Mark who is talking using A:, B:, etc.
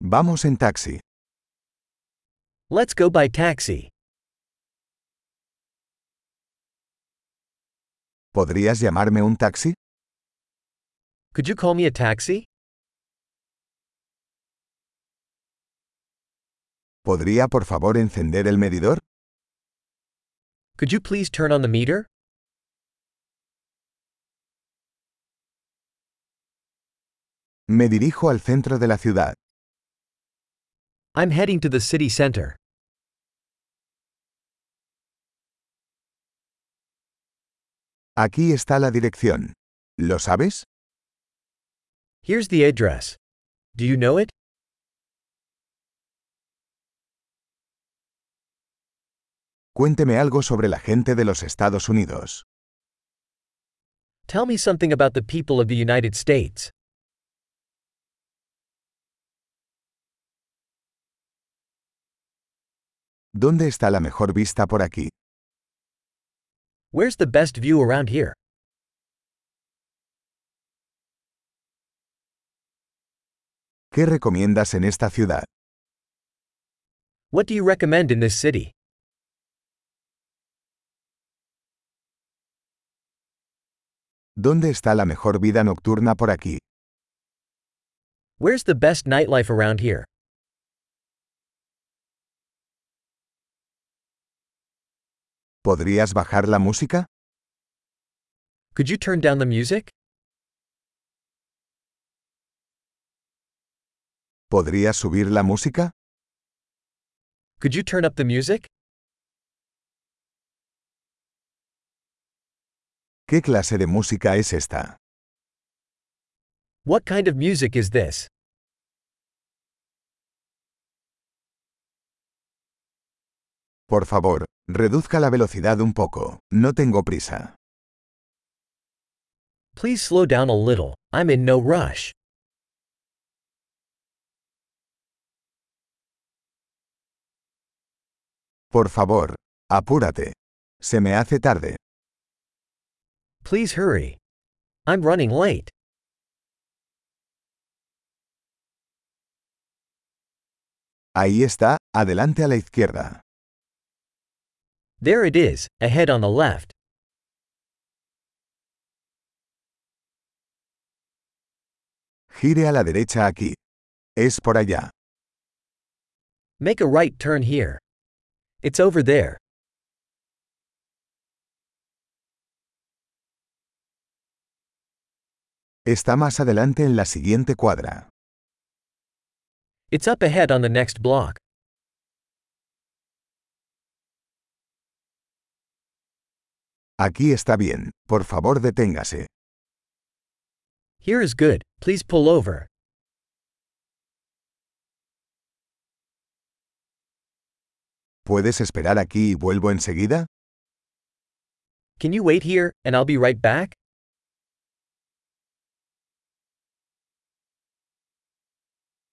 A: Vamos en taxi.
B: Let's go by taxi.
A: ¿Podrías llamarme un taxi?
B: Could you call me a taxi?
A: ¿Podría por favor encender el medidor?
B: Could you please turn on the meter?
A: Me dirijo al centro de la ciudad.
B: I'm heading to the city center.
A: Aquí está la dirección. ¿Lo sabes?
B: Here's the address. Do you know it?
A: Cuénteme algo sobre la gente de los Estados Unidos.
B: Tell me something about the people of the United States.
A: ¿Dónde está la mejor vista por aquí?
B: Where's the best view around here?
A: ¿Qué recomiendas en esta ciudad?
B: What do you recommend in this city?
A: ¿Dónde está la mejor vida nocturna por aquí?
B: Where's the best nightlife around here?
A: ¿Podrías bajar la música?
B: Could you turn down the music?
A: ¿Podrías subir la música?
B: Could you turn up the music?
A: ¿Qué clase de música es esta?
B: What kind of music is this?
A: Por favor, reduzca la velocidad un poco. No tengo prisa.
B: Please slow down a little. I'm in no rush.
A: Por favor, apúrate. Se me hace tarde.
B: Please hurry. I'm running late.
A: Ahí está, adelante a la izquierda.
B: There it is, ahead on the left.
A: Gire a la derecha aquí. Es por allá.
B: Make a right turn here. It's over there.
A: Está más adelante en la siguiente cuadra.
B: It's up ahead on the next block.
A: Aquí está bien. Por favor, deténgase.
B: Here is good. Please pull over.
A: ¿Puedes esperar aquí y vuelvo enseguida?
B: Can you wait here, and I'll be right back?